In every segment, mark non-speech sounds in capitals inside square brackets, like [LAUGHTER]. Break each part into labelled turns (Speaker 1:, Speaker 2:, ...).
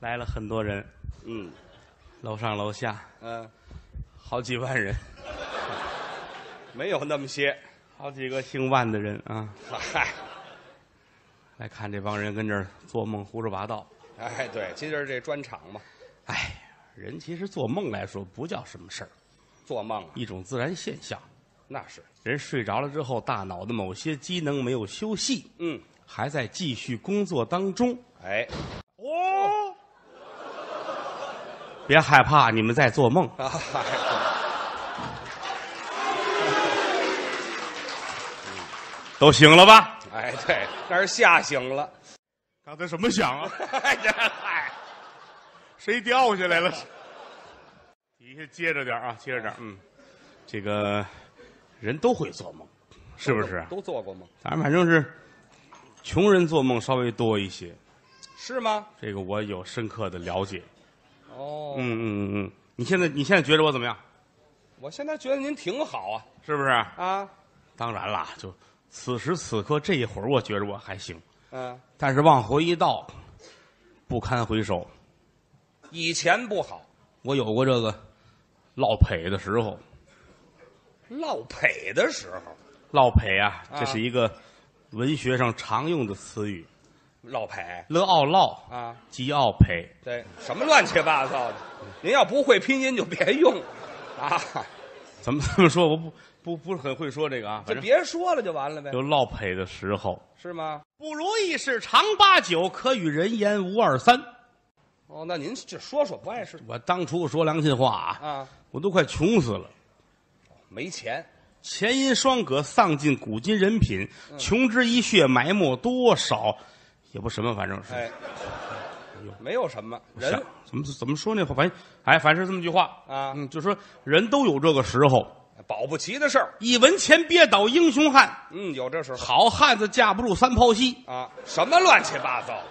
Speaker 1: 来了很多人，
Speaker 2: 嗯
Speaker 1: 楼上楼下
Speaker 2: 嗯、
Speaker 1: 好几万 [LAUGHS] 人，
Speaker 2: 没有那么些。 [LAUGHS] 哎
Speaker 1: 好几个姓万的人啊，
Speaker 2: 嗨，
Speaker 1: 来看这帮人跟这儿做梦胡说八道。
Speaker 2: 哎，对，今儿这专场嘛，
Speaker 1: 哎，人其实做梦来说不叫什么事儿，
Speaker 2: 做梦啊，
Speaker 1: 一种自然现象。
Speaker 2: 那是。
Speaker 1: 人睡着了之后，大脑的某些机能没有休息，
Speaker 2: 嗯，
Speaker 1: 还在继续工作当中。
Speaker 2: 哎， [LAUGHS]
Speaker 1: 哦，别害怕，你们在做梦。
Speaker 2: 啊，嗨
Speaker 1: 都醒了吧？
Speaker 2: 哎，对，那是吓醒了。 [LAUGHS]
Speaker 1: 刚才什么响啊？
Speaker 2: 哎，这嗨，
Speaker 1: 谁掉下来了？底下接着点啊，接着点。嗯，这个人都会做梦，是不是？
Speaker 2: 都做过梦，
Speaker 1: 咱 [LAUGHS] 们反正是穷人做梦稍微多一些，
Speaker 2: 是吗？
Speaker 1: 这个我有深刻的了解。
Speaker 2: 哦，
Speaker 1: 嗯嗯嗯嗯，你现在你现在觉得我怎么样？
Speaker 2: 我现在觉得您挺好啊
Speaker 1: 是不是？
Speaker 2: 啊，
Speaker 1: 当然啦，就此时此刻这一会儿，我觉着我还行，
Speaker 2: 嗯、
Speaker 1: 但是往回一倒，不堪回首。
Speaker 2: 以前不好，
Speaker 1: 我有过这个落魄的时候，
Speaker 2: 落魄的时候，
Speaker 1: 落魄啊，
Speaker 2: 啊
Speaker 1: 这是一个文学上常用的词语，
Speaker 2: 落魄
Speaker 1: 乐傲落
Speaker 2: 啊，
Speaker 1: 即傲魄。
Speaker 2: 对，什么乱七八糟的，您要不会拼音就别用啊，
Speaker 1: 怎么 [LAUGHS] 这么说？我不不不是很会说这个啊，反
Speaker 2: 就
Speaker 1: 正
Speaker 2: 别说了就完了呗，
Speaker 1: 有落魄的时候。
Speaker 2: 是吗？
Speaker 1: 不如意事常八九，可与人言无二三。
Speaker 2: 哦，那您就说说不碍事
Speaker 1: 我当初说良心话啊，
Speaker 2: 啊，
Speaker 1: 我都快穷死了。
Speaker 2: 没钱，
Speaker 1: 前因双葛，丧尽古今人品，
Speaker 2: 嗯
Speaker 1: 穷之一血，埋没多少，也不什么，反正是、
Speaker 2: 哎，没有什么人
Speaker 1: 想怎么怎么说那话，反正哎，反正是这么句话
Speaker 2: 啊
Speaker 1: 嗯，就说人都有这个时候，
Speaker 2: 保不齐的事儿，
Speaker 1: 一文钱憋倒英雄汉，
Speaker 2: 嗯，有这时候
Speaker 1: 好汉子架不住三泡稀
Speaker 2: 啊，什么乱七八糟的，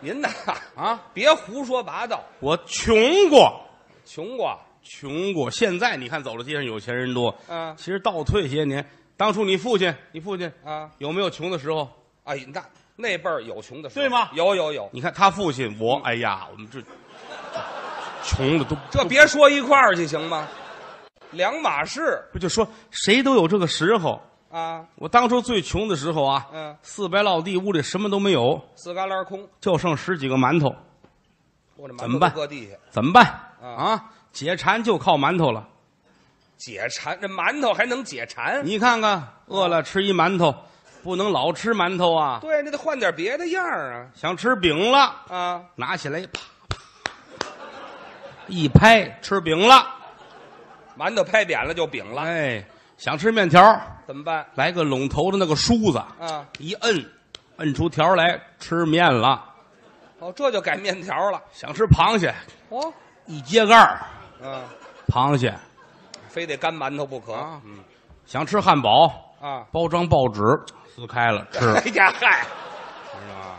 Speaker 2: 您呐，
Speaker 1: 啊！
Speaker 2: 别胡说八道，
Speaker 1: 我穷过，
Speaker 2: 穷过，
Speaker 1: 穷过，现在你看走到街上有钱人多，
Speaker 2: 啊
Speaker 1: 其实倒退些年，当初你父亲，你父亲
Speaker 2: 啊，
Speaker 1: 有没有穷的时候？
Speaker 2: 哎，那那辈儿有穷的时候，
Speaker 1: 对吗
Speaker 2: 有有有，
Speaker 1: 你看他父亲，我，哎呀，我们这穷的都
Speaker 2: 这别说一块儿去行吗？两码事
Speaker 1: 不就说谁都有这个时候。
Speaker 2: 啊，
Speaker 1: 我当初最穷的时候啊，
Speaker 2: 嗯
Speaker 1: 四白落地，屋里什么都没有，
Speaker 2: 四旮旯空，
Speaker 1: 就剩十几个馒头，
Speaker 2: 我这
Speaker 1: 怎么
Speaker 2: 馒头
Speaker 1: 办
Speaker 2: 都搁地下，
Speaker 1: 怎么办
Speaker 2: 啊
Speaker 1: 啊？解馋就靠馒头了。
Speaker 2: 解馋，这馒头还能解馋？
Speaker 1: 你看看，饿了吃一馒头，不能老吃馒头啊。
Speaker 2: 对，那得换点别的样儿啊
Speaker 1: 想吃饼了，
Speaker 2: 啊！
Speaker 1: 拿起来啪啪一拍，吃饼了。
Speaker 2: 馒头拍扁了就饼了，
Speaker 1: 哎，想吃面条，
Speaker 2: 怎么办
Speaker 1: 来个拢头的那个梳子，
Speaker 2: 啊？
Speaker 1: 一摁，摁出条来，吃面了。
Speaker 2: 哦，这就改面条了
Speaker 1: 想吃螃蟹，
Speaker 2: 哦，
Speaker 1: 一揭盖儿，
Speaker 2: 嗯、
Speaker 1: 螃蟹。
Speaker 2: 非得干馒头不可嗯
Speaker 1: 啊想吃汉堡，
Speaker 2: [LAUGHS] 啊！
Speaker 1: 包装报纸撕开了吃。 [LAUGHS]
Speaker 2: 哎呀嗨，啊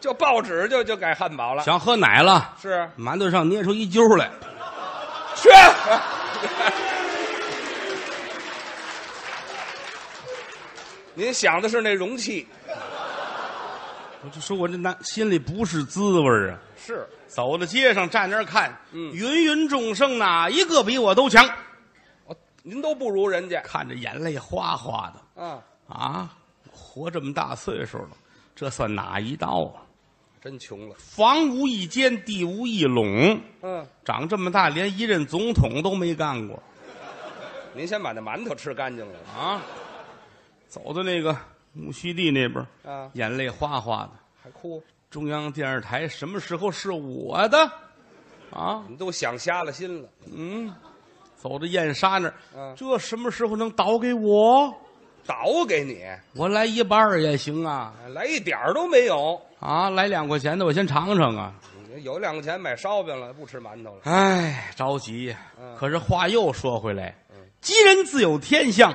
Speaker 2: 就报纸就就改汉堡了，
Speaker 1: 想喝奶了，
Speaker 2: 是
Speaker 1: 馒头上捏出一揪来。
Speaker 2: 去。 [LAUGHS] 您想的是那容器
Speaker 1: 我就说我这难心里不是滋味儿啊！
Speaker 2: 是
Speaker 1: 走到街上站那儿看，
Speaker 2: 嗯
Speaker 1: 芸芸众生哪一个比我都强？
Speaker 2: 哦，您都不如人家
Speaker 1: 看着眼泪哗哗的
Speaker 2: 啊，
Speaker 1: 啊！活这么大岁数了，这算哪一道啊？
Speaker 2: 真穷了。
Speaker 1: 房无一间，地无一垄，
Speaker 2: 嗯，
Speaker 1: 长这么大连一任总统都没干过。
Speaker 2: 您先把那馒头吃干净了
Speaker 1: 啊，走到那个木樨地那边儿，
Speaker 2: 啊，
Speaker 1: 眼泪哗哗的。
Speaker 2: 还哭？
Speaker 1: 中央电视台什么时候是我的？啊，
Speaker 2: 你都想瞎了心了。
Speaker 1: 嗯，走到燕莎那儿，
Speaker 2: 嗯
Speaker 1: 这什么时候能倒给我？
Speaker 2: 倒给你，哎
Speaker 1: 我来一半儿也行啊！
Speaker 2: 来一点儿都没有。
Speaker 1: 啊，来两块钱的，我先尝尝啊！
Speaker 2: 有两块钱买烧饼了，不吃馒头了。
Speaker 1: 哎，着急呀！
Speaker 2: 嗯
Speaker 1: 可是话又说回来
Speaker 2: 嗯，
Speaker 1: 吉人自有天相，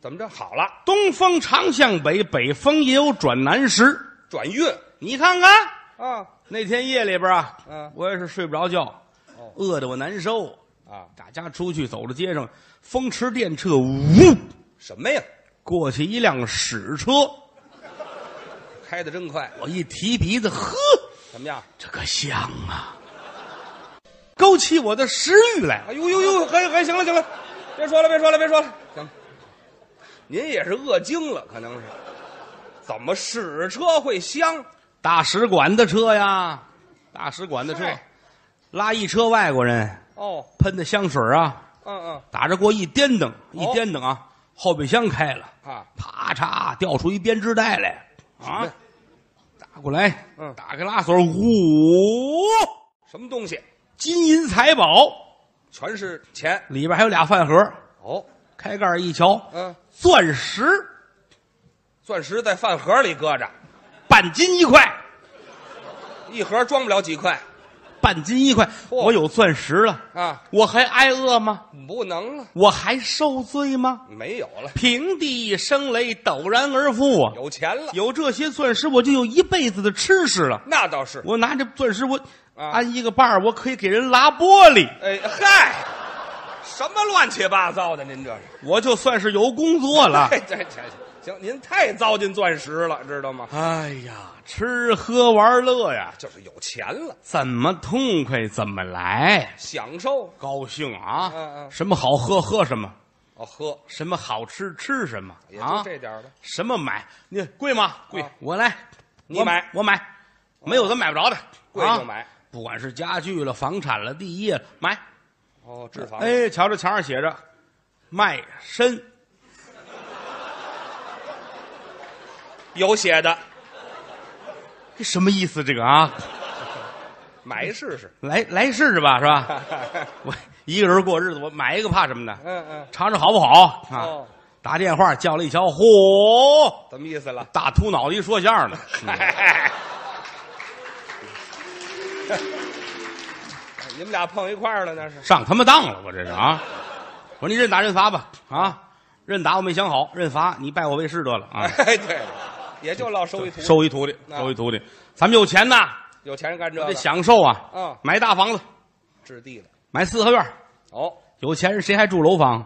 Speaker 2: 怎么着？好了，
Speaker 1: 东风常向北，北风也有转南时。
Speaker 2: 转运
Speaker 1: 你看看，
Speaker 2: 啊
Speaker 1: 那天夜里边啊，
Speaker 2: 嗯
Speaker 1: 我也是睡不着觉，
Speaker 2: 哦
Speaker 1: 饿得我难受。
Speaker 2: 啊！
Speaker 1: 大家出去走到街上，风驰电掣，呜，
Speaker 2: 什么呀？
Speaker 1: 过去一辆屎车，
Speaker 2: 开的真快。
Speaker 1: 我一提鼻子，呵，
Speaker 2: 啊什么样？
Speaker 1: 这个香啊，勾起我的食欲来了。
Speaker 2: 哎呦呦呦，还还行了行了，别说了别说了别说了，行了。您也是饿精了，可能是。怎么使车会香？
Speaker 1: 大使馆的车呀，大使馆的车，
Speaker 2: 嗨
Speaker 1: 拉一车外国人，
Speaker 2: 哦，
Speaker 1: 喷的香水啊，
Speaker 2: 嗯嗯
Speaker 1: 打着锅一颠蹬，一
Speaker 2: 哦
Speaker 1: 颠蹬啊，后备箱开了，
Speaker 2: 啊，
Speaker 1: 啪嚓掉出一编织袋来啊
Speaker 2: 什么，
Speaker 1: 打过来，
Speaker 2: 嗯
Speaker 1: 打开拉锁，呜，
Speaker 2: 什么东西？
Speaker 1: 金银财宝，
Speaker 2: 全是钱。
Speaker 1: 里边还有俩饭盒，
Speaker 2: 哦，
Speaker 1: 开盖一瞧，
Speaker 2: 嗯，
Speaker 1: 钻石
Speaker 2: 钻石在饭盒里搁着，
Speaker 1: 半斤一块，
Speaker 2: 一盒装不了几块
Speaker 1: 半斤一块，
Speaker 2: 嚯
Speaker 1: 我有钻石了，
Speaker 2: 啊，
Speaker 1: 我还挨饿吗？
Speaker 2: 不能了，
Speaker 1: 我还受罪吗？
Speaker 2: 没有了，
Speaker 1: 平地生雷，陡然而富啊！
Speaker 2: 有钱了，
Speaker 1: 有这些钻石，我就有一辈子的吃食了。
Speaker 2: 那倒是。
Speaker 1: 我拿着钻石，我
Speaker 2: 啊
Speaker 1: 安一个伴儿，我可以给人拉玻璃。
Speaker 2: 哎嗨，什么乱七八糟的？您这是？
Speaker 1: 我就算是有工作了
Speaker 2: 哎 [LAUGHS] 。，这这行，您太糟践钻石了，知道吗？
Speaker 1: 哎呀，吃喝玩乐呀，
Speaker 2: 就是有钱了，
Speaker 1: 怎么痛快怎么来，
Speaker 2: 享受
Speaker 1: 高兴啊！
Speaker 2: 嗯嗯
Speaker 1: 什么好喝喝什么，
Speaker 2: 哦，喝
Speaker 1: 什么好吃吃什么
Speaker 2: 也就
Speaker 1: 啊？
Speaker 2: 这点儿了。
Speaker 1: 什么买？你贵吗？贵，
Speaker 2: 啊
Speaker 1: 我来。
Speaker 2: 你
Speaker 1: 我
Speaker 2: 买
Speaker 1: 我买，没有咱买不着的。
Speaker 2: 贵
Speaker 1: 啊
Speaker 2: 就买
Speaker 1: 不管是家具了、房产了、地业了，买。
Speaker 2: 哦，脂肪
Speaker 1: 哎，瞧这墙上写着“卖身
Speaker 2: 有写的，”，
Speaker 1: 这什么意思？这个啊，
Speaker 2: 买试试。 [LAUGHS]
Speaker 1: 来来世是吧？是吧？ [LAUGHS] 我一个人过日子，我买一个怕什么呢？
Speaker 2: 嗯嗯，
Speaker 1: 尝尝好不好啊？
Speaker 2: 哦，
Speaker 1: 打电话叫了一瞧，嚯，
Speaker 2: 怎么意思了？
Speaker 1: 大秃脑袋一说相声的，啊
Speaker 2: 嗨，哎你们俩碰一块儿了那是？
Speaker 1: 上他妈当了，我这是啊！我说你认打认罚吧啊！认打我没想好，认罚你拜我为师得了啊！
Speaker 2: [LAUGHS] 哎，对，也就落收一徒，
Speaker 1: 收一徒弟，
Speaker 2: 啊
Speaker 1: 收一徒弟，咱们有钱呐，
Speaker 2: 有钱人干这
Speaker 1: 我
Speaker 2: 个
Speaker 1: 得享受啊！
Speaker 2: 嗯
Speaker 1: 买大房子，
Speaker 2: 置地的。
Speaker 1: 买四合院儿，
Speaker 2: 哦，
Speaker 1: 有钱人谁还住楼房？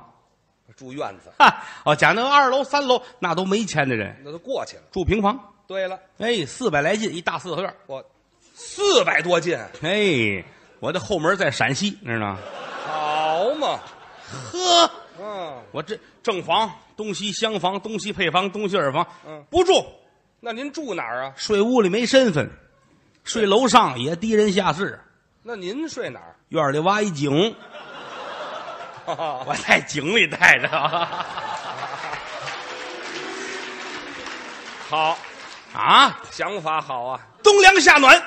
Speaker 2: 住院子
Speaker 1: 哈，哦，讲那个二楼、三楼那都没钱的人
Speaker 2: 那都过去了。
Speaker 1: 住平房，
Speaker 2: 对了，
Speaker 1: 哎，四百来进一大四合院儿，
Speaker 2: 我四百多斤，
Speaker 1: 哎，我的后门在陕西，你知道吗？
Speaker 2: 好嘛，
Speaker 1: 呵，
Speaker 2: 嗯，
Speaker 1: 我这正房、东西厢房、东西配房、东西耳房，
Speaker 2: 嗯
Speaker 1: 不住，
Speaker 2: 那您住哪儿啊？
Speaker 1: 睡屋里没身份，睡楼上也低人下士，
Speaker 2: 那您睡哪儿？
Speaker 1: 院儿里挖一井， [LAUGHS] 我在井里待着。
Speaker 2: 好，
Speaker 1: [LAUGHS] 啊，
Speaker 2: 想法好啊，
Speaker 1: 冬凉夏暖，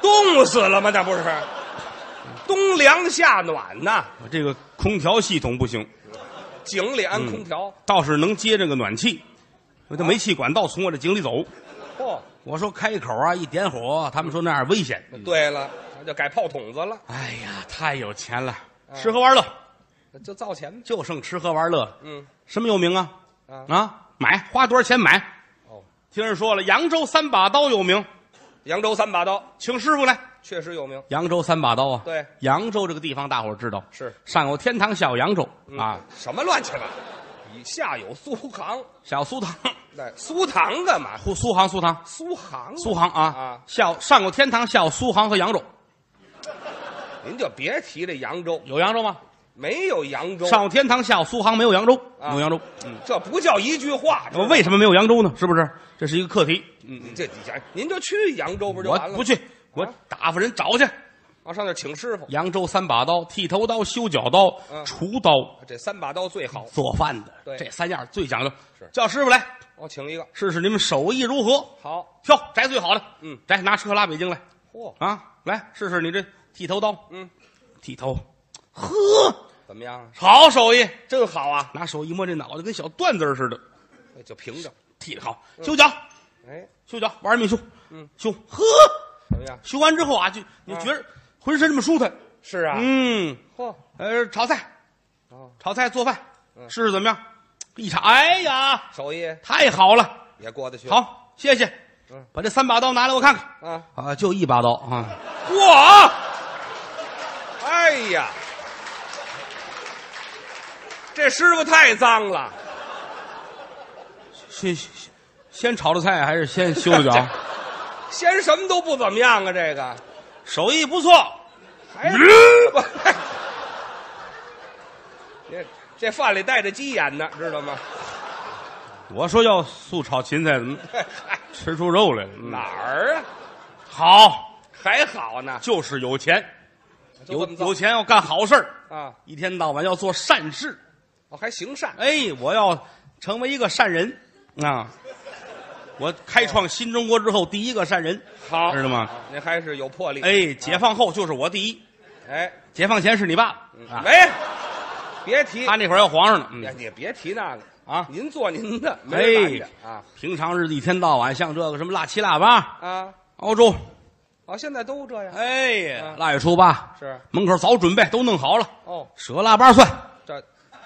Speaker 2: 冻死了吗？那不是，冬凉夏暖呐，
Speaker 1: 我这个空调系统不行，
Speaker 2: 井里安空调。
Speaker 1: 倒是能接这个暖气，我这煤气管道从我这井里走。
Speaker 2: 哦，
Speaker 1: 哦我说开一口啊，一点火，他们说那样危险。
Speaker 2: 对了，那就改炮筒子了，
Speaker 1: 哎呀，太有钱了，吃喝玩乐
Speaker 2: 那就造钱呗。
Speaker 1: 就剩吃喝玩乐了，
Speaker 2: 嗯
Speaker 1: 什么有名啊？
Speaker 2: 啊，
Speaker 1: 啊，买花多少钱买？
Speaker 2: 哦，
Speaker 1: 听人说了，扬州三把刀有名，
Speaker 2: 扬州三把刀
Speaker 1: 请师傅来。
Speaker 2: 确实有名，
Speaker 1: 扬州三把刀啊，
Speaker 2: 对，
Speaker 1: 扬州这个地方大伙儿知道，
Speaker 2: 是
Speaker 1: 上有天堂，下有扬州啊，，
Speaker 2: 嗯什么乱七八，以下有苏杭，
Speaker 1: 下有苏塘，
Speaker 2: 那苏杭干嘛？
Speaker 1: 苏苏杭苏塘
Speaker 2: 苏杭啊，
Speaker 1: 苏杭啊，
Speaker 2: 啊
Speaker 1: 下有上有天堂，下有苏杭和扬州，
Speaker 2: 您就别提这扬州，
Speaker 1: 有扬州吗？
Speaker 2: 没有扬州，
Speaker 1: 上有天堂，下有苏杭，没有扬州，
Speaker 2: 啊
Speaker 1: 没有扬州。
Speaker 2: 这不叫一句话。
Speaker 1: 我为什么没有扬州呢？是不是？这是一个课题。
Speaker 2: 嗯，嗯这这您就去扬州不就
Speaker 1: 我
Speaker 2: 完了？
Speaker 1: 不去，我打发人找去。
Speaker 2: 啊，上那儿请师傅，
Speaker 1: 扬州三把刀：剃头刀、修脚刀、
Speaker 2: 嗯
Speaker 1: 厨刀。
Speaker 2: 这三把刀最好。
Speaker 1: 做饭的
Speaker 2: 对
Speaker 1: 这三样最讲究
Speaker 2: 是。
Speaker 1: 叫师傅来
Speaker 2: 我请一个
Speaker 1: 试试你们手艺如何，
Speaker 2: 好，
Speaker 1: 挑摘最好的。
Speaker 2: 嗯，
Speaker 1: 摘拿车拉北京来
Speaker 2: 嚯，
Speaker 1: 啊！来试试你这剃头刀。
Speaker 2: 嗯，
Speaker 1: 剃头，呵，
Speaker 2: 怎么样？啊
Speaker 1: 好手艺。
Speaker 2: 真好啊！
Speaker 1: 拿手一摸，这脑袋跟小段子儿似的，
Speaker 2: 哎就平着，
Speaker 1: 剃得好。修脚，
Speaker 2: 哎，
Speaker 1: 修脚，玩命修。
Speaker 2: 嗯，
Speaker 1: 修，呵，
Speaker 2: 怎么样？
Speaker 1: 修完之后啊，就你
Speaker 2: 啊
Speaker 1: 觉着浑身这么舒坦。
Speaker 2: 是啊，
Speaker 1: 嗯，
Speaker 2: 嚯，
Speaker 1: 呃，炒菜
Speaker 2: 哦，
Speaker 1: 炒菜做饭，
Speaker 2: 嗯
Speaker 1: 试试怎么样？一查，哎呀，
Speaker 2: 手艺
Speaker 1: 太好了，
Speaker 2: 也过得去。
Speaker 1: 好，谢谢
Speaker 2: 嗯。
Speaker 1: 把这三把刀拿来，我看看。
Speaker 2: 啊，
Speaker 1: 啊，就一把刀啊！
Speaker 2: 嚯，哎呀，这师傅太脏了，
Speaker 1: 先先先炒的菜还是先修的脚？啊
Speaker 2: 嫌什么都不怎么样啊，这个
Speaker 3: 手艺不错，
Speaker 2: 还是不，
Speaker 1: 嗯
Speaker 2: 嘿 [LAUGHS] 这这饭里带着鸡眼呢，知道吗？ [LAUGHS]
Speaker 1: 我说要素炒芹菜，怎么吃出肉来了？嗯
Speaker 2: 哎哪儿啊？
Speaker 1: 好，
Speaker 2: 还好呢，
Speaker 1: 就是有钱，
Speaker 2: 就
Speaker 1: 有
Speaker 2: 这么造
Speaker 1: 有钱要干好事儿，
Speaker 2: 啊，
Speaker 1: 一天到晚要做善事。
Speaker 2: 我还行善，
Speaker 1: 哎，我要成为一个善人啊！我开创新中国之后第一个善人，
Speaker 2: 好
Speaker 1: 知道吗？
Speaker 2: 您啊还是有魄力。
Speaker 1: 哎，解放后就是我第一，
Speaker 2: 哎，
Speaker 1: 解放前是你爸啊，
Speaker 2: 没，别提，
Speaker 1: 他那会儿要皇上呢。
Speaker 2: 别
Speaker 1: 嗯
Speaker 2: 你别提那个
Speaker 1: 啊
Speaker 2: 您做您的，没人拦
Speaker 1: 哎
Speaker 2: 着啊
Speaker 1: 平常日子一天到晚像这个什么腊七腊八
Speaker 2: 啊！
Speaker 1: 熬粥，
Speaker 2: 哦，现在都这样，
Speaker 1: 哎
Speaker 2: 啊，
Speaker 1: 腊月初八
Speaker 2: 是
Speaker 1: 门口早准备都弄好了，
Speaker 2: 哦，
Speaker 1: 舍腊八蒜，
Speaker 2: 这
Speaker 1: 嗯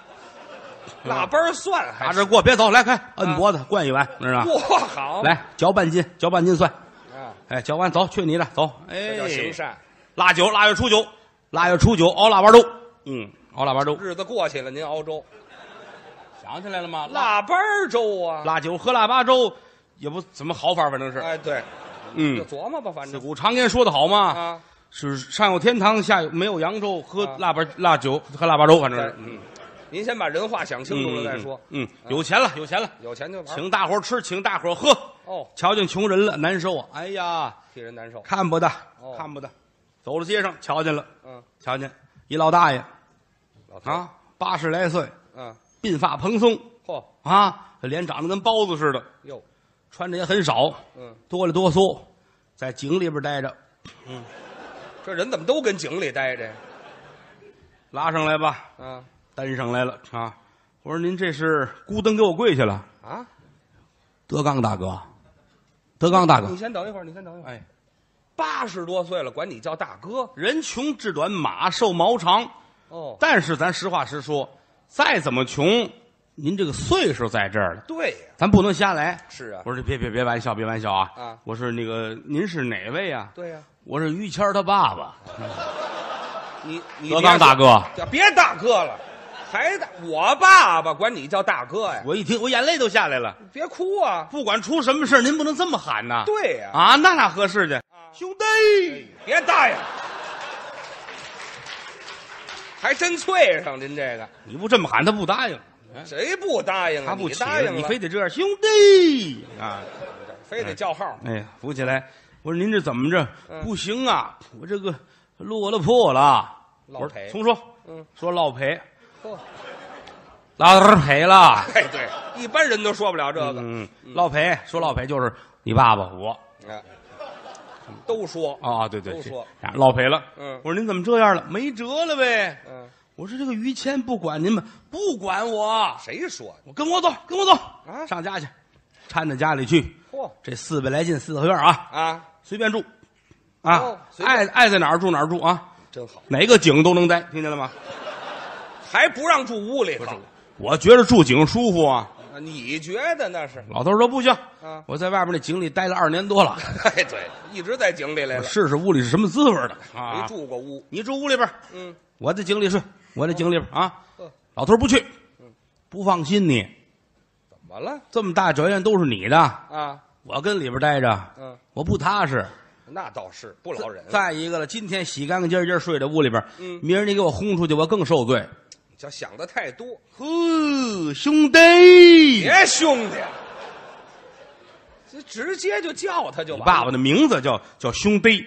Speaker 2: 腊八儿蒜还
Speaker 1: 打这过别走，来快摁
Speaker 2: 啊
Speaker 1: 脖子灌一碗，知道吗？
Speaker 2: 不好
Speaker 1: 来嚼半斤，嚼半斤蒜，
Speaker 2: 啊，
Speaker 1: 哎，嚼完走，去你的，走，哎
Speaker 2: 这，叫行善。
Speaker 1: 腊酒，腊月初九，腊月初九熬腊八粥，嗯，熬腊八粥，
Speaker 2: 日子过去了，您熬粥，
Speaker 1: 想起来了吗？腊
Speaker 2: 腊八儿粥啊，
Speaker 1: 腊酒喝腊八粥，也不怎么好法，反正是，
Speaker 2: 哎，对，就
Speaker 1: 嗯，
Speaker 2: 琢磨吧，反
Speaker 1: 自
Speaker 2: 正
Speaker 1: 古嗯常言说的好嘛，
Speaker 2: 啊，
Speaker 1: 是上有天堂，下有没有扬州，喝
Speaker 2: 啊
Speaker 1: 腊八腊酒，喝腊八粥，反正是
Speaker 2: 对，
Speaker 1: 嗯，
Speaker 2: 您先把人话想清楚了再说，
Speaker 1: 嗯，嗯嗯有钱了，有钱了，
Speaker 2: 有钱就玩儿。
Speaker 1: 请大伙儿吃，请大伙儿喝，
Speaker 2: 哦，
Speaker 1: 瞧见穷人了，难受啊，哎呀，
Speaker 2: 替人难受，
Speaker 1: 看不得
Speaker 2: 哦，
Speaker 1: 看不得，走到街上瞧见了，
Speaker 2: 嗯，
Speaker 1: 瞧见一老大爷
Speaker 2: 老头，
Speaker 1: 啊，八十来岁，
Speaker 2: 嗯，
Speaker 1: 鬓发蓬松
Speaker 2: 嚯，
Speaker 1: 啊，脸长得跟包子似的，
Speaker 2: 哟，
Speaker 1: 穿着也很少，
Speaker 2: 嗯，
Speaker 1: 哆里哆嗦，在井里边待着，
Speaker 2: 这人怎么都跟井里待着呀？
Speaker 1: 拉上来吧，
Speaker 2: 啊
Speaker 1: 担上来了啊！我说您这是孤灯给我跪下了，
Speaker 2: 啊，
Speaker 1: 德刚大哥，德刚大哥
Speaker 2: 你，先等一会儿，你先等一会儿。
Speaker 1: 哎，
Speaker 2: 八十多岁了，管你叫大哥
Speaker 1: 人穷志短，马瘦毛长，
Speaker 2: 哦，
Speaker 1: 但是咱实话实说，再怎么穷，您这个岁数在这儿了，
Speaker 2: 对呀，
Speaker 1: 咱不能瞎来。
Speaker 2: 是啊，
Speaker 1: 我说别别别玩笑，别玩笑啊！
Speaker 2: 啊
Speaker 1: 我说那个您是哪位啊？
Speaker 2: 对呀，
Speaker 1: 我是于谦儿他爸爸，
Speaker 2: 你你
Speaker 1: 德刚大
Speaker 2: 哥。
Speaker 1: 哥。
Speaker 2: 叫别大哥了，还大我爸爸管你叫大哥呀？
Speaker 1: 我一听，我眼泪都下来了。
Speaker 2: 别哭啊！
Speaker 1: 不管出什么事儿您不能这么喊呐！
Speaker 2: 对呀、
Speaker 1: 啊，那哪合适去？兄弟，
Speaker 2: 别答应，还真脆上您这个，
Speaker 1: 你不这么喊，他不答应，
Speaker 2: 谁不答应啊？
Speaker 1: 嗯他不
Speaker 2: 你
Speaker 1: 起
Speaker 2: 答
Speaker 1: 来，
Speaker 2: 应
Speaker 1: 你
Speaker 2: 了，
Speaker 1: 非得这样，兄弟啊！
Speaker 2: 非得叫号。
Speaker 1: 哎呀，扶起来！我说您这怎么着？
Speaker 2: 嗯
Speaker 1: 不行啊，我这个落了魄了。
Speaker 2: 落
Speaker 1: 我
Speaker 2: 赔
Speaker 1: 说重说，
Speaker 2: 嗯，
Speaker 1: 说落赔，
Speaker 2: 嚯，
Speaker 1: 落赔了。
Speaker 2: 哎，对，一般人都说不了这个，
Speaker 1: 嗯，落赔说落赔就是你爸爸我
Speaker 2: 哎都说
Speaker 1: 啊，对对
Speaker 2: 都
Speaker 1: 对
Speaker 2: 说，
Speaker 1: 啊落赔了。
Speaker 2: 嗯
Speaker 1: 我说您怎么这样了？没辙了呗。
Speaker 2: 嗯，
Speaker 1: 我说这个于谦不管您们，不管我，
Speaker 2: 谁说
Speaker 1: 我跟我走，跟我走，
Speaker 2: 啊
Speaker 1: 上家去，搀到家里去。
Speaker 2: 嚯
Speaker 1: 这四百来进四合院啊，
Speaker 2: 啊？
Speaker 1: 随便住，啊，
Speaker 2: 哦随便
Speaker 1: 爱爱在哪儿住哪儿住啊，
Speaker 2: 真好，
Speaker 1: 哪个井都能待，听见了吗？
Speaker 2: 还不让住屋里头，
Speaker 1: 我觉着住井舒服啊。
Speaker 2: 啊你觉得那是？
Speaker 1: 老头儿说不行，
Speaker 2: 啊
Speaker 1: 我在外边那井里待了二年多了，
Speaker 2: 哎，对，一直在井里来
Speaker 1: 我
Speaker 2: 了，
Speaker 1: 试试屋里是什么滋味的
Speaker 2: 没
Speaker 1: 啊。
Speaker 2: 住过屋。
Speaker 1: 你住屋里边，
Speaker 2: 嗯，
Speaker 1: 我在井里睡，我在井里边啊
Speaker 2: 呵。
Speaker 1: 老头儿不去，
Speaker 2: 嗯
Speaker 1: 不放心你，
Speaker 2: 怎么了？
Speaker 1: 这么大责任都是你的，
Speaker 2: 啊，
Speaker 1: 我跟里边待着，
Speaker 2: 嗯，
Speaker 1: 我不踏实。
Speaker 2: 那倒是不饶人，
Speaker 1: 再一个了，今天洗干干净净睡在屋里边，
Speaker 2: 嗯
Speaker 1: 明儿你给我轰出去，我更受罪。
Speaker 2: 叫想的太多。
Speaker 1: 呵，兄弟，
Speaker 2: 别兄弟，这直接就叫他就
Speaker 1: 你
Speaker 2: 完
Speaker 1: 爸
Speaker 2: 了。
Speaker 1: 爸的名字叫叫兄弟，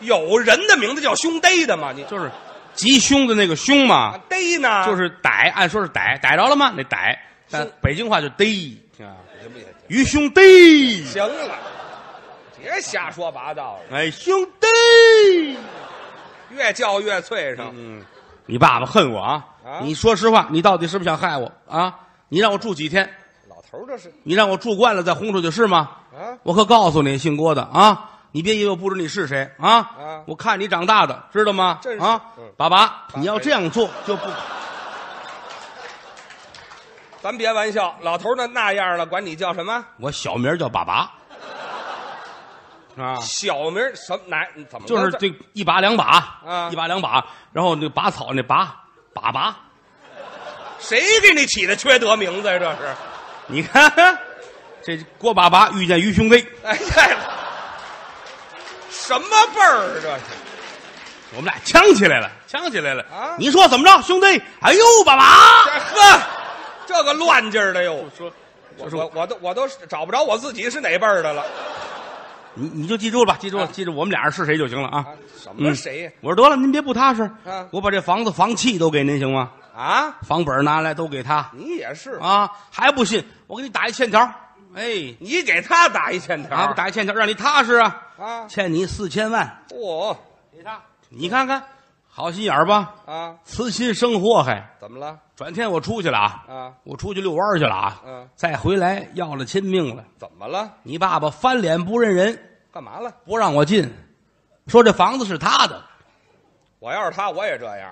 Speaker 2: 有人的名字叫兄弟的吗？你
Speaker 1: 就是吉凶的那个凶
Speaker 2: 啊
Speaker 1: 嘛，，
Speaker 2: 逮呢？
Speaker 1: 就是逮，按说是逮，逮着了吗？那逮，但
Speaker 2: 是
Speaker 1: 北京话就逮，
Speaker 2: 行不行？
Speaker 1: 于兄弟，
Speaker 2: 行了，别瞎说八道了，
Speaker 1: 哎，兄弟，
Speaker 2: 越叫越脆上。
Speaker 1: 嗯，你爸爸恨我啊！
Speaker 2: 啊
Speaker 1: 你说实话，你到底是不是想害我啊？你让我住几天？
Speaker 2: 老头儿这是
Speaker 1: 你让我住惯了再轰出去是吗？
Speaker 2: 啊，
Speaker 1: 我可告诉你，姓郭的啊，你别以为我不知道你是谁啊！
Speaker 2: 啊
Speaker 1: 我看你长大的，知道吗
Speaker 2: 真？是
Speaker 1: 啊
Speaker 2: 嗯，
Speaker 1: 爸爸，
Speaker 2: 爸
Speaker 1: 你要这样做就不
Speaker 2: 咱别玩笑，老头儿那那样了，管你叫什么
Speaker 1: 我小名叫爸爸啊，
Speaker 2: 小名儿什么哪怎么
Speaker 1: 就是
Speaker 2: 了
Speaker 1: 这一把两把
Speaker 2: 啊
Speaker 1: 一把两把，然后那拔草那拔粑粑，
Speaker 2: 谁给你起的缺德名字呀？这是
Speaker 1: 你看 [LAUGHS] 这郭爸爸遇见于兄弟，
Speaker 2: 哎呀，什么辈儿啊这是？
Speaker 1: 我们俩呛起来了，呛起来了
Speaker 2: 啊
Speaker 1: 你说怎么着，兄弟？哎呦，爸爸！
Speaker 2: 这呵，这个乱劲儿的哟！
Speaker 1: 说，
Speaker 2: 我
Speaker 1: 这是
Speaker 2: 我我都我都找不着我自己是哪辈儿的了
Speaker 1: 你你就记住了吧，记住了，
Speaker 2: 啊
Speaker 1: 记住我们俩人是谁就行了啊
Speaker 2: 啊！！什么谁呀？
Speaker 1: [LAUGHS] 我说得了，您别不踏实
Speaker 2: 啊，
Speaker 1: 我把这房子房契都给您行吗？
Speaker 2: 啊，
Speaker 1: 房本拿来都给他
Speaker 2: 你也是，
Speaker 1: 啊，还不信？我给你打一欠条，哎，
Speaker 2: 你给他打一欠条
Speaker 1: 啊，我打一欠条让你踏实啊，
Speaker 2: 啊！
Speaker 1: 欠你四千万，
Speaker 2: 嚯
Speaker 1: 给他，你看看，好心眼儿吧，
Speaker 2: 啊，
Speaker 1: 慈心生祸害。
Speaker 2: 怎么了
Speaker 1: 转天我出去了啊，
Speaker 2: 啊？
Speaker 1: 我出去遛弯儿去了啊，
Speaker 2: 嗯，
Speaker 1: 再回来要了亲命了。
Speaker 2: 怎么了？
Speaker 1: 你爸爸翻脸不认人，
Speaker 2: 干嘛了？
Speaker 1: 不让我进，说这房子是他的。
Speaker 2: 我要是他，我也这样。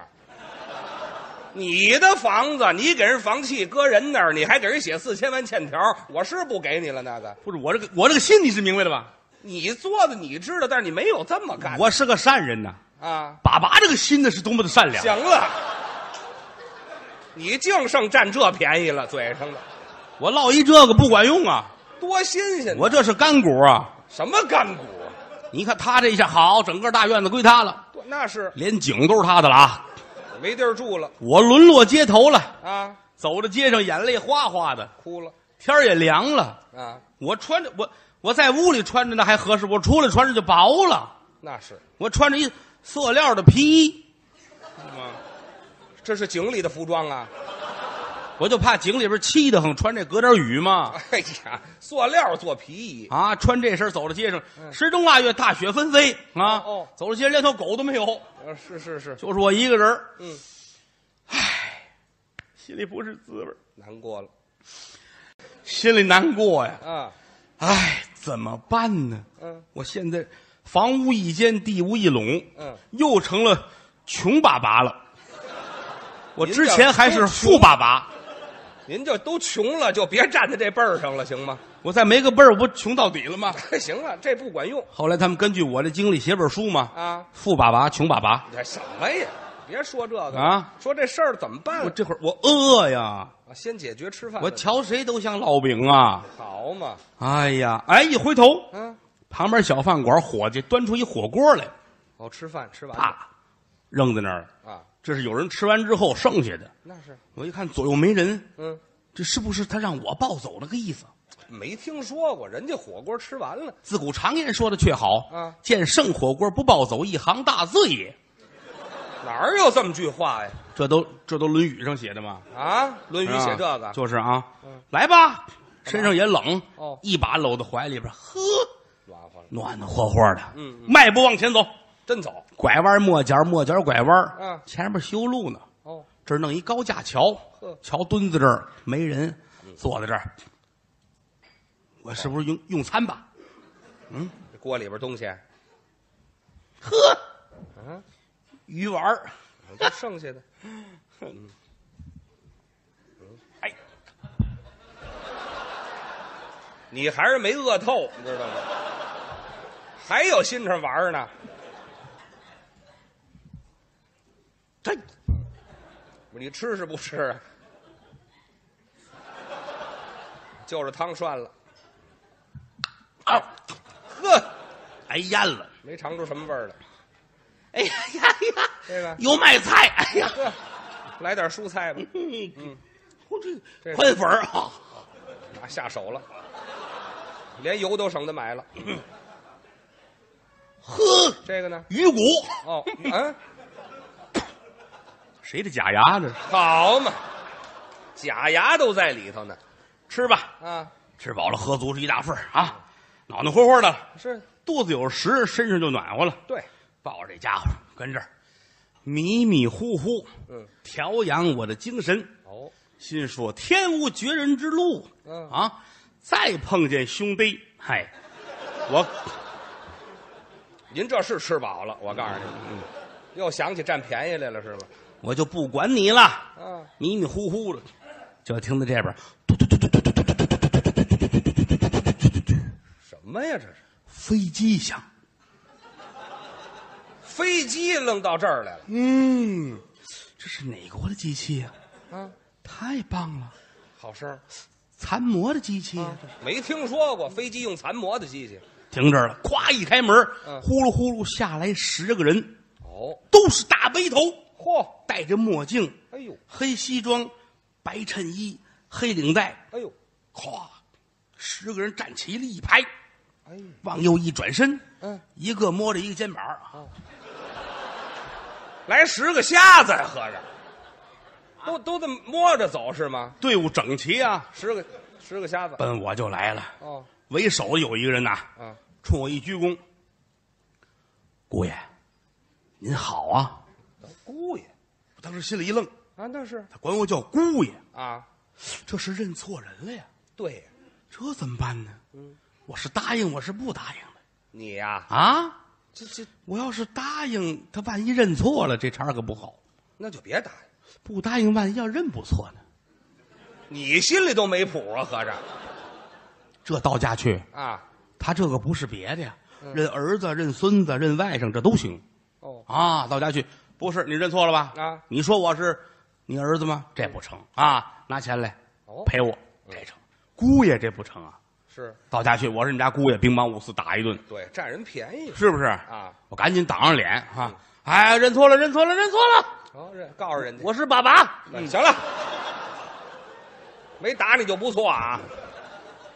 Speaker 2: 你的房子，你给人房契搁人那儿，你还给人写四千万欠条，我是不给你了那个。
Speaker 1: 不是我这个我这个心你是明白的吧？
Speaker 2: 你做的你知道，但是你没有这么干。
Speaker 1: 我是个善人呐，
Speaker 2: 啊，
Speaker 1: 爸爸这个心呢是多么的善良。
Speaker 2: 行了，你净剩占这便宜了，嘴上的
Speaker 1: 我落一这个不管用啊，
Speaker 2: 多新鲜！
Speaker 1: 我这是干股啊。
Speaker 2: 什么干股？
Speaker 1: 你看他这一下好，整个大院子归他了，
Speaker 2: 多那是
Speaker 1: 连井都是他的了啊！
Speaker 2: 没地儿住了
Speaker 1: 我沦落街头了，
Speaker 2: 啊，
Speaker 1: 走到街上眼泪哗哗的，
Speaker 2: 哭了
Speaker 1: 天儿也凉了。
Speaker 2: 啊，
Speaker 1: 我穿着我我在屋里穿着那还合适，我出来穿着就薄了。
Speaker 2: 那是
Speaker 1: 我穿着一塑料的皮衣，嗯
Speaker 2: 这是井里的服装啊！
Speaker 1: 我就怕井里边气得很，穿这隔点雨嘛。
Speaker 2: [LAUGHS] 哎呀，塑料做皮衣，
Speaker 1: 啊，穿这身儿走到街上，十冬腊月大雪纷飞啊，
Speaker 2: 嗯哦哦
Speaker 1: 走到街上连条狗都没有，
Speaker 2: 呃是是是，
Speaker 1: 就是我一个人儿，
Speaker 2: 嗯，
Speaker 1: 心里不是滋味儿，
Speaker 2: 难过了
Speaker 1: 心里难过呀。
Speaker 2: 啊，
Speaker 1: 唉，怎么办呢？
Speaker 2: 嗯
Speaker 1: 我现在房无一间，地无一垄，
Speaker 2: 嗯，
Speaker 1: 又成了穷爸爸了。我
Speaker 2: 您
Speaker 1: 之
Speaker 2: 这
Speaker 1: 前还是
Speaker 2: 都
Speaker 1: 富爸爸，
Speaker 2: 您就都穷了，就别站在这辈儿上了，行吗？ [LAUGHS]
Speaker 1: 我再没个辈儿，我不穷到底了吗？
Speaker 2: 行了，这不管用
Speaker 1: 后来他们根据我的经历写本书嘛，
Speaker 2: 啊！
Speaker 1: 富爸爸、穷爸爸。
Speaker 2: 你这什么呀？别说这个
Speaker 1: 啊，
Speaker 2: 说这事儿怎么办
Speaker 1: 我？这会儿我饿呀，
Speaker 2: 啊先解决吃饭
Speaker 1: 我
Speaker 2: 问题，
Speaker 1: 瞧谁都像烙饼啊！
Speaker 2: 好嘛，
Speaker 1: 哎呀，哎，一回头，
Speaker 2: 嗯，
Speaker 1: 旁边小饭馆伙计端出一火锅来，
Speaker 2: 哦，吃饭吃完了
Speaker 1: 啪，扔在那儿了。
Speaker 2: 啊，
Speaker 1: 这是有人吃完之后剩下的。
Speaker 2: 那是，
Speaker 1: 我一看左右没人，
Speaker 2: 嗯，
Speaker 1: 这是不是他让我抱走了个意思？
Speaker 2: 没听说过，人家火锅吃完了，
Speaker 1: 自古常言说的却好，
Speaker 2: 啊
Speaker 1: 见剩火锅不抱走，一行大字也。
Speaker 2: 哪儿有这么句话呀？
Speaker 1: 这都这都《论语》上写的嘛，
Speaker 2: 啊，《论语》写这
Speaker 1: 啊
Speaker 2: 个，
Speaker 1: 就是啊
Speaker 2: 嗯，
Speaker 1: 来吧，身上也冷，
Speaker 2: 哦
Speaker 1: 一把搂到怀里边，呵，
Speaker 2: 暖和了，
Speaker 1: 暖暖和和的，
Speaker 2: 嗯，
Speaker 1: 迈步往前走，
Speaker 2: 真走
Speaker 1: 拐弯抹角，抹角拐弯，
Speaker 2: 嗯
Speaker 1: 前面修路呢，
Speaker 2: 哦，
Speaker 1: 这儿弄一高架桥
Speaker 2: 呵，
Speaker 1: 桥墩子这儿没人，坐在这儿，我是不是用用餐吧？
Speaker 2: 这锅里边东西 [LAUGHS]
Speaker 1: 呵，
Speaker 2: 嗯
Speaker 1: 鱼丸儿，
Speaker 2: 就剩下的，
Speaker 1: 哎，
Speaker 2: 你还是没饿透，你知道吗？还有心肠玩儿呢，
Speaker 1: 这
Speaker 2: 你吃是不吃啊？就是汤涮了，
Speaker 1: 啊，
Speaker 2: 呵，
Speaker 1: 哎咽了，
Speaker 2: 没尝出什么味儿来。
Speaker 1: 哎呀呀呀，
Speaker 2: 这个
Speaker 1: 有卖菜，哎呀，
Speaker 2: 呵，来点蔬菜吧，
Speaker 1: 嗯，我
Speaker 2: 这
Speaker 1: 这
Speaker 2: 是
Speaker 1: 宽粉儿啊，
Speaker 2: 啊，下手了，连油都省得买了。
Speaker 1: 呵，
Speaker 2: 这个呢？
Speaker 1: 鱼骨，
Speaker 2: [LAUGHS] 哦，嗯，
Speaker 1: 谁的假牙这是？
Speaker 2: 好嘛，假牙都在里头呢。
Speaker 1: 吃吧，
Speaker 2: 啊，
Speaker 1: 吃饱了喝足是一大份儿啊，暖暖和和的了，
Speaker 2: 是
Speaker 1: 肚子有食，身上就暖和了。
Speaker 2: 对，
Speaker 1: 抱着这家伙跟这儿迷迷糊糊
Speaker 2: 嗯，
Speaker 1: 调养我的精神，
Speaker 2: 哦，
Speaker 1: 心说天无绝人之路，
Speaker 2: 嗯
Speaker 1: 啊，再碰见兄弟，嗨，我
Speaker 2: 您这是吃饱了，我告诉你，嗯又想起占便宜来了是吗？
Speaker 1: 我就不管你了，
Speaker 2: 啊，
Speaker 1: 迷迷糊糊的，就听到这边
Speaker 2: 什么呀这是？
Speaker 1: 飞机响，
Speaker 2: 飞机扔到这儿来了。
Speaker 1: 嗯，这是哪国的机器呀、
Speaker 2: 啊，
Speaker 1: 太棒了，
Speaker 2: 好声儿，
Speaker 1: 残模的机器啊，
Speaker 2: 没听说过飞机用残模的机器。
Speaker 1: 停这儿了，咵一开门，
Speaker 2: 嗯
Speaker 1: 呼噜呼噜下来十个人，
Speaker 2: 哦，
Speaker 1: 都是大背头，
Speaker 2: 嚯，
Speaker 1: 戴着墨镜，
Speaker 2: 哎呦，
Speaker 1: 黑西装，白衬衣，黑领带，
Speaker 2: 哎呦，
Speaker 1: 咵，十个人站齐了一排，
Speaker 2: 哎呦，
Speaker 1: 往右一转身，
Speaker 2: 嗯，
Speaker 1: 一个摸着一个肩膀啊，
Speaker 2: 来十个瞎子呀，合着，都都这么摸着走是吗？
Speaker 1: 队伍整齐啊，
Speaker 2: 十个，十个瞎子。
Speaker 1: 奔我就来了。
Speaker 2: 哦，
Speaker 1: 为首有一个人呐、
Speaker 2: 嗯，
Speaker 1: 冲我一鞠躬，姑爷，您好啊！
Speaker 2: 姑爷
Speaker 1: 我当时心里一愣，
Speaker 2: 啊，那是
Speaker 1: 他管我叫姑爷，
Speaker 2: 啊，
Speaker 1: 这是认错人了呀！
Speaker 2: 对，
Speaker 1: 这怎么办呢？我是答应，我是不答应的
Speaker 2: 你呀、
Speaker 1: 啊！
Speaker 2: 这这
Speaker 1: 我要是答应，他万一认错了，这茬儿可不好；
Speaker 2: 那就别答应。
Speaker 1: 不答应，万一要认不错呢？
Speaker 2: 你心里都没谱啊，合着
Speaker 1: 这到家去，
Speaker 2: 啊？
Speaker 1: 他这个不是别的呀，
Speaker 2: 嗯
Speaker 1: 认儿子、认孙子、认外甥，这都行
Speaker 2: 哦，
Speaker 1: 啊。到家去，不是你认错了吧？
Speaker 2: 啊
Speaker 1: 你说我是你儿子吗？这不成啊！拿钱来
Speaker 2: 哦
Speaker 1: 赔我，这成。姑爷这不成啊！
Speaker 2: 是
Speaker 1: 到家去，我是你们家姑爷，兵帮五四打一顿，
Speaker 2: 对，占人便宜
Speaker 1: 是不是？
Speaker 2: 啊！嗯
Speaker 1: 我赶紧挡上脸啊！哎，认错了，认错了，认错了，
Speaker 2: 哦，这告诉人家，
Speaker 1: 我是爸爸。
Speaker 2: 嗯行了，没打你就不错啊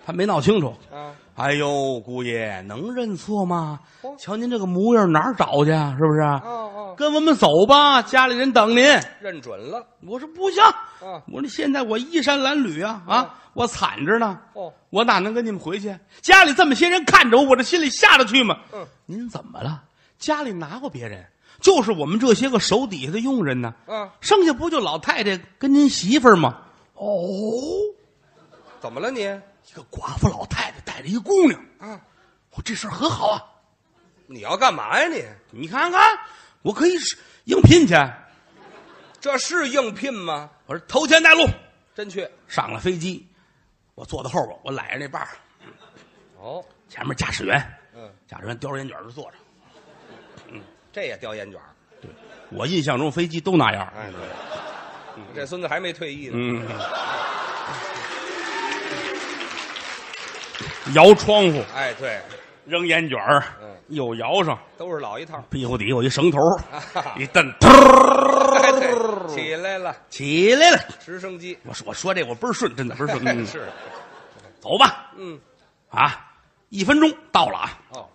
Speaker 1: 他没闹清楚。
Speaker 2: 啊！
Speaker 1: 哎呦，姑爷能认错吗
Speaker 2: 哦？
Speaker 1: 瞧您这个模样，哪儿找去啊？是不是？
Speaker 2: 哦哦，
Speaker 1: 跟我们走吧，家里人等您。
Speaker 2: 认准了
Speaker 1: 我说不行，
Speaker 2: 啊
Speaker 1: 我说现在我衣衫褴褛啊啊，我惨着呢，
Speaker 2: 哦，
Speaker 1: 我哪能跟你们回去？家里这么些人看着我，我这心里下得去吗？
Speaker 2: 嗯，
Speaker 1: 您怎么了？家里拿过别人，就是我们这些个手底下的佣人呢。
Speaker 2: 啊，
Speaker 1: 剩下不就老太太跟您媳妇儿吗？哦，
Speaker 2: 怎么了你
Speaker 1: 一个寡妇老太太带着一姑娘，
Speaker 2: 啊？
Speaker 1: 我这事儿很好啊！
Speaker 2: 你要干嘛呀你？
Speaker 1: 你看看，我可以是应聘去。
Speaker 2: 这是应聘吗？
Speaker 1: 我说头前带路，
Speaker 2: 真去
Speaker 1: 上了飞机，我坐到后边，我揽着那把儿，
Speaker 2: 哦，
Speaker 1: 前面驾驶员，
Speaker 2: 嗯，
Speaker 1: 驾驶员叼着烟卷儿就坐着。
Speaker 2: 这也叼烟卷儿
Speaker 1: 对，我印象中飞机都那样。
Speaker 2: 哎，对，这孙子还没退役呢。
Speaker 1: 嗯，摇窗户，
Speaker 2: 哎，对，
Speaker 1: 扔烟卷儿
Speaker 2: 嗯，
Speaker 1: 又摇上，
Speaker 2: 都是老一套。
Speaker 1: 屁股底有一绳头，
Speaker 2: 啊
Speaker 1: 一蹬，
Speaker 2: 哎
Speaker 1: 突
Speaker 2: 对起来了，
Speaker 1: 起来了。
Speaker 2: 直升机。
Speaker 1: 我说我说这我倍儿顺，真的倍儿顺。 [LAUGHS] 嗯
Speaker 2: [LAUGHS] 是，
Speaker 1: 走吧，
Speaker 2: 嗯，
Speaker 1: 啊，一分钟到了啊，
Speaker 2: 哦，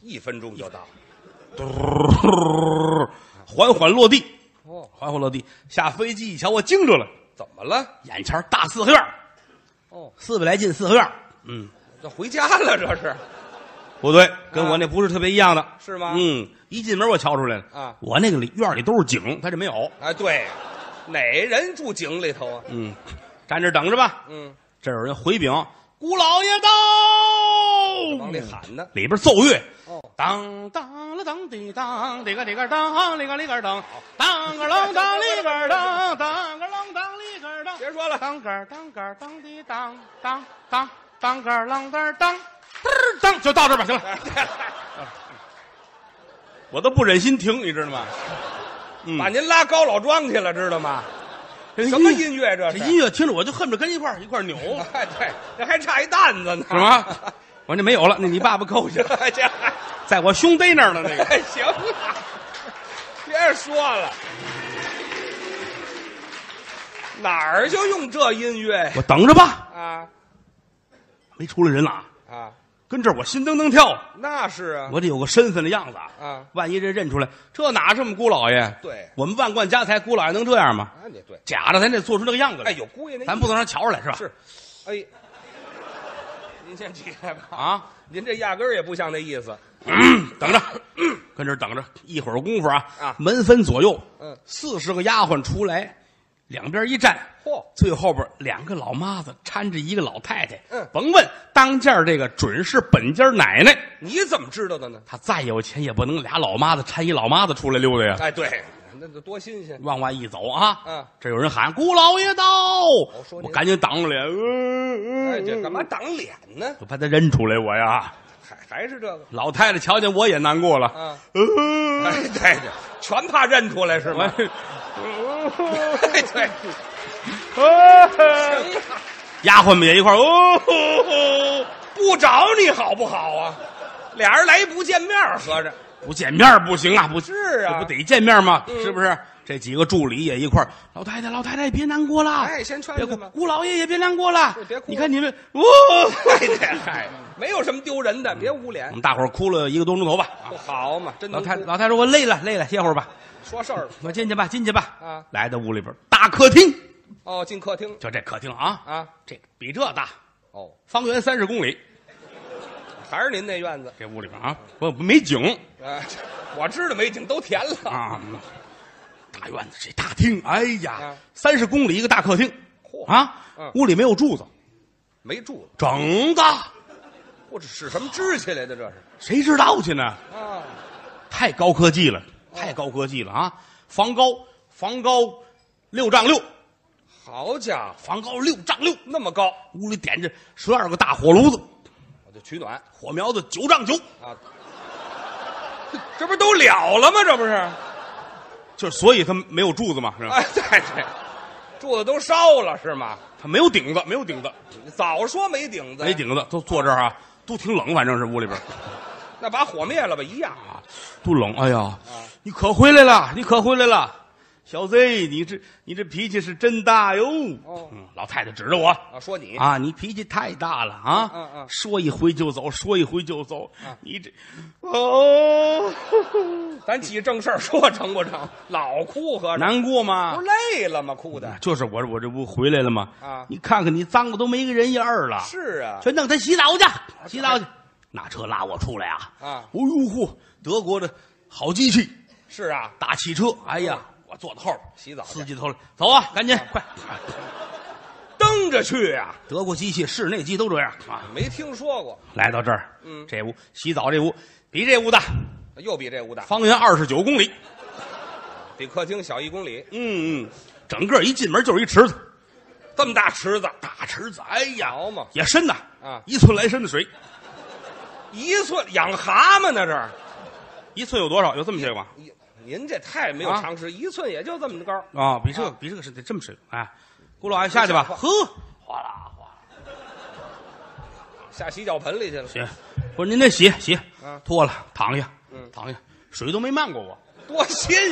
Speaker 2: 一分钟就到。
Speaker 1: 嘟 [LAUGHS] 缓缓落地，
Speaker 2: 哦，
Speaker 1: 缓缓落地。下飞机一瞧，我惊着了，
Speaker 2: 怎么了？
Speaker 1: 眼前大四合院，
Speaker 2: 哦，
Speaker 1: 四百来进四合院。嗯，
Speaker 2: 这回家了，这是
Speaker 1: 不对，跟我那不是特别一样的，
Speaker 2: 啊是吗？，
Speaker 1: 嗯，一进门我瞧出来了
Speaker 2: 啊
Speaker 1: 我那个里院里都是井，他这没有。
Speaker 2: 哎，对，哪人住井里头啊？
Speaker 1: 嗯，站这儿等着吧。
Speaker 2: 嗯，
Speaker 1: 这儿有人回禀，姑老爷到，
Speaker 2: 往里喊呢。
Speaker 1: 里边奏乐，
Speaker 2: 哦，
Speaker 1: 当当了当滴当，里个里个当，里个里个当，当个啷当里个当，当个啷当里个当，
Speaker 2: 别说了，
Speaker 1: 当个当个当滴当当当当个啷当当，嘚当就到这儿吧，行了， [LAUGHS] 我都不忍心停，你知道吗？嗯
Speaker 2: 把您拉高老庄去了，知道吗？什么音乐这
Speaker 1: 这
Speaker 2: 是？
Speaker 1: 音乐听着我就恨不得跟一块儿一块儿 [LAUGHS] 扭，是
Speaker 2: [LAUGHS] 哎，对，这还差一担子呢。
Speaker 1: 吗？ [LAUGHS] 我说这没有了，那你爸爸扣去了，
Speaker 2: 哎 [LAUGHS] 这还。
Speaker 1: 在我胸背那儿呢，那个。
Speaker 2: 哎，行了，别说了，哪儿就用这音乐呀
Speaker 1: [LAUGHS] 我等着吧，
Speaker 2: 啊
Speaker 1: 没出来人了啊，
Speaker 2: 啊？
Speaker 1: 跟这儿我心噔噔跳，
Speaker 2: 那是啊，
Speaker 1: 我得有个身份的样子啊。
Speaker 2: 啊，
Speaker 1: 万一这认出来，这哪是我们姑老爷？
Speaker 2: 对
Speaker 1: 我们万贯家财，姑老爷能这样吗？
Speaker 2: 啊，你对，
Speaker 1: 假的，咱得做出这个样子来。
Speaker 2: 哎，有姑爷那意思
Speaker 1: 咱不能让人瞧出来，是吧？
Speaker 2: 是，哎，您先起来吧，
Speaker 1: 啊，
Speaker 2: 您这压根儿也不像那意思，
Speaker 1: 嗯等着，嗯跟这儿等着，一会儿功夫啊，
Speaker 2: 啊
Speaker 1: 门分左右，
Speaker 2: 嗯，
Speaker 1: 四十个丫鬟出来，两边一站，
Speaker 2: 嚯，
Speaker 1: 最后边两个老妈子搀着一个老太太，
Speaker 2: 嗯
Speaker 1: 甭问，当家这个准是本家奶奶，
Speaker 2: 你怎么知道的呢？
Speaker 1: 她再有钱也不能俩老妈子搀一老妈子出来溜达呀。
Speaker 2: 哎，对，那那多新鲜，
Speaker 1: 往外一走啊，
Speaker 2: 嗯，
Speaker 1: 这有人喊“姑老爷到”，
Speaker 2: 说
Speaker 1: 我
Speaker 2: 您
Speaker 1: 赶紧挡住脸，嗯
Speaker 2: 哎，这干嘛？挡脸呢？
Speaker 1: 我怕他认出来我呀。
Speaker 2: 还还是这个，
Speaker 1: 老太太瞧见我也难过了，
Speaker 2: 啊，
Speaker 1: 嗯
Speaker 2: 哎，对对，全怕认出来是
Speaker 1: 我
Speaker 2: 吗？哎，对。
Speaker 1: 哎
Speaker 2: 行了，
Speaker 1: [LAUGHS] 丫鬟们也一块儿哦吼吼
Speaker 2: 不找你好不好啊？俩人来不见面儿，合着
Speaker 1: 不见面儿不行啊，不
Speaker 2: 是啊
Speaker 1: 这
Speaker 2: 嗯
Speaker 1: 不得见面吗？是不是？这几个助理也一块儿，老太太，老太太别难过了，
Speaker 2: 哎先劝
Speaker 1: 啊别
Speaker 2: 劝
Speaker 1: 哭
Speaker 2: 吧，
Speaker 1: 姑老爷也别难过了
Speaker 2: 是别哭，
Speaker 1: 你看你们，哦哇、
Speaker 2: 嗨嗨嗨，哎没有什么丢人
Speaker 1: 嗯
Speaker 2: 的，别捂脸
Speaker 1: [LAUGHS] 我，们大伙儿哭了一个多钟头吧。啊
Speaker 2: 不好嘛，真
Speaker 1: 老
Speaker 2: 能
Speaker 1: 太
Speaker 2: 哭
Speaker 1: 老太太说：“我累了，累了，歇会儿吧。
Speaker 2: 说事儿”
Speaker 1: 我进去吧，进去吧。
Speaker 2: 啊
Speaker 1: 来到屋里边儿，大客厅，
Speaker 2: 哦，进客厅
Speaker 1: 就这客厅啊，
Speaker 2: 啊，
Speaker 1: 这比这大，
Speaker 2: 哦，
Speaker 1: 方圆三十公里。
Speaker 2: 还是您那院子，
Speaker 1: 这屋里边啊，我没景
Speaker 2: 啊，我知道美景都填了，
Speaker 1: 啊，大院子这大厅，哎呀
Speaker 2: 啊，
Speaker 1: 三十公里一个大客厅
Speaker 2: 嚯
Speaker 1: 啊
Speaker 2: 嗯，
Speaker 1: 屋里没有柱子，
Speaker 2: 没住了，
Speaker 1: 整的，
Speaker 2: 我这使什么支起来的这是
Speaker 1: 谁知道去呢？
Speaker 2: 啊？
Speaker 1: 太高科技了，
Speaker 2: 哦
Speaker 1: 太高科技了啊！房高，房高，六丈六，
Speaker 2: 好家伙，
Speaker 1: 房高六丈六，
Speaker 2: 那么高，
Speaker 1: 屋里点着十二个大火炉子，
Speaker 2: 我就取暖
Speaker 1: 火苗子九丈九。
Speaker 2: 啊， [LAUGHS] 这不都了了吗？这不是？
Speaker 1: 就是所以他没有柱子嘛，是吧？
Speaker 2: 哎，对对，柱子都烧了是吗？
Speaker 1: 他没有顶子，没有顶子，
Speaker 2: 早说没顶子，
Speaker 1: 没，顶子，都坐这儿啊，都挺冷，反正是屋里边
Speaker 2: 那把火灭了吧，一样。
Speaker 1: 啊，都冷。哎呀，你可回来了，你可回来了，小 Z，你这你这脾气是真大哟。
Speaker 2: 哦
Speaker 1: 嗯，老太太指着我。
Speaker 2: 啊，说你
Speaker 1: 啊，你脾气太大了啊！
Speaker 2: 嗯嗯
Speaker 1: 说一回就走，说一回就走，你这哦，
Speaker 2: [LAUGHS] 咱起正事儿说成不成？老哭合着，
Speaker 1: 难过
Speaker 2: 不
Speaker 1: 吗？
Speaker 2: 累了吗？哭的
Speaker 1: 就是我，我这不回来了吗？
Speaker 2: 啊
Speaker 1: 你看看你脏的都没个人样儿了。
Speaker 2: 是啊，
Speaker 1: 全弄他洗澡去，洗澡去，拿车拉我出来啊！
Speaker 2: 啊
Speaker 1: 哦呦嚯，德国的好机器，
Speaker 2: 是啊，
Speaker 1: 大汽车，哎呀，
Speaker 2: 哦
Speaker 1: 我坐在后边
Speaker 2: 洗澡去
Speaker 1: 司机头来，走啊，赶紧快！
Speaker 2: 蹬着去啊，
Speaker 1: 德国机器、室内机都这样啊。
Speaker 2: 没听说过，
Speaker 1: 来到这儿，
Speaker 2: 嗯
Speaker 1: 这屋洗澡这屋比这屋大，
Speaker 2: 又比这屋大，
Speaker 1: 方圆二十九公里，
Speaker 2: 比客厅小一公里，
Speaker 1: 嗯嗯，整个一进门就是一池子，
Speaker 2: 这么大池子，
Speaker 1: 大池子，哎呀，
Speaker 2: 好嘛，
Speaker 1: 也深呐，
Speaker 2: 啊
Speaker 1: 一寸来深的水，
Speaker 2: 一寸养蛤蟆呢这儿，
Speaker 1: 一寸有多少？有这么些个吗？
Speaker 2: 您哎您这太没有
Speaker 1: 啊
Speaker 2: 常识，一寸也就这么高，
Speaker 1: 啊，比这个比这个是得这么深哎，郭老爷下去吧，呵，哗啦哗啦。
Speaker 2: 下洗脚盆里去了，
Speaker 1: 行，我说您得洗洗
Speaker 2: 嗯，
Speaker 1: 脱了躺下
Speaker 2: 嗯，
Speaker 1: 躺下，水都没漫过我，
Speaker 2: 多新鲜！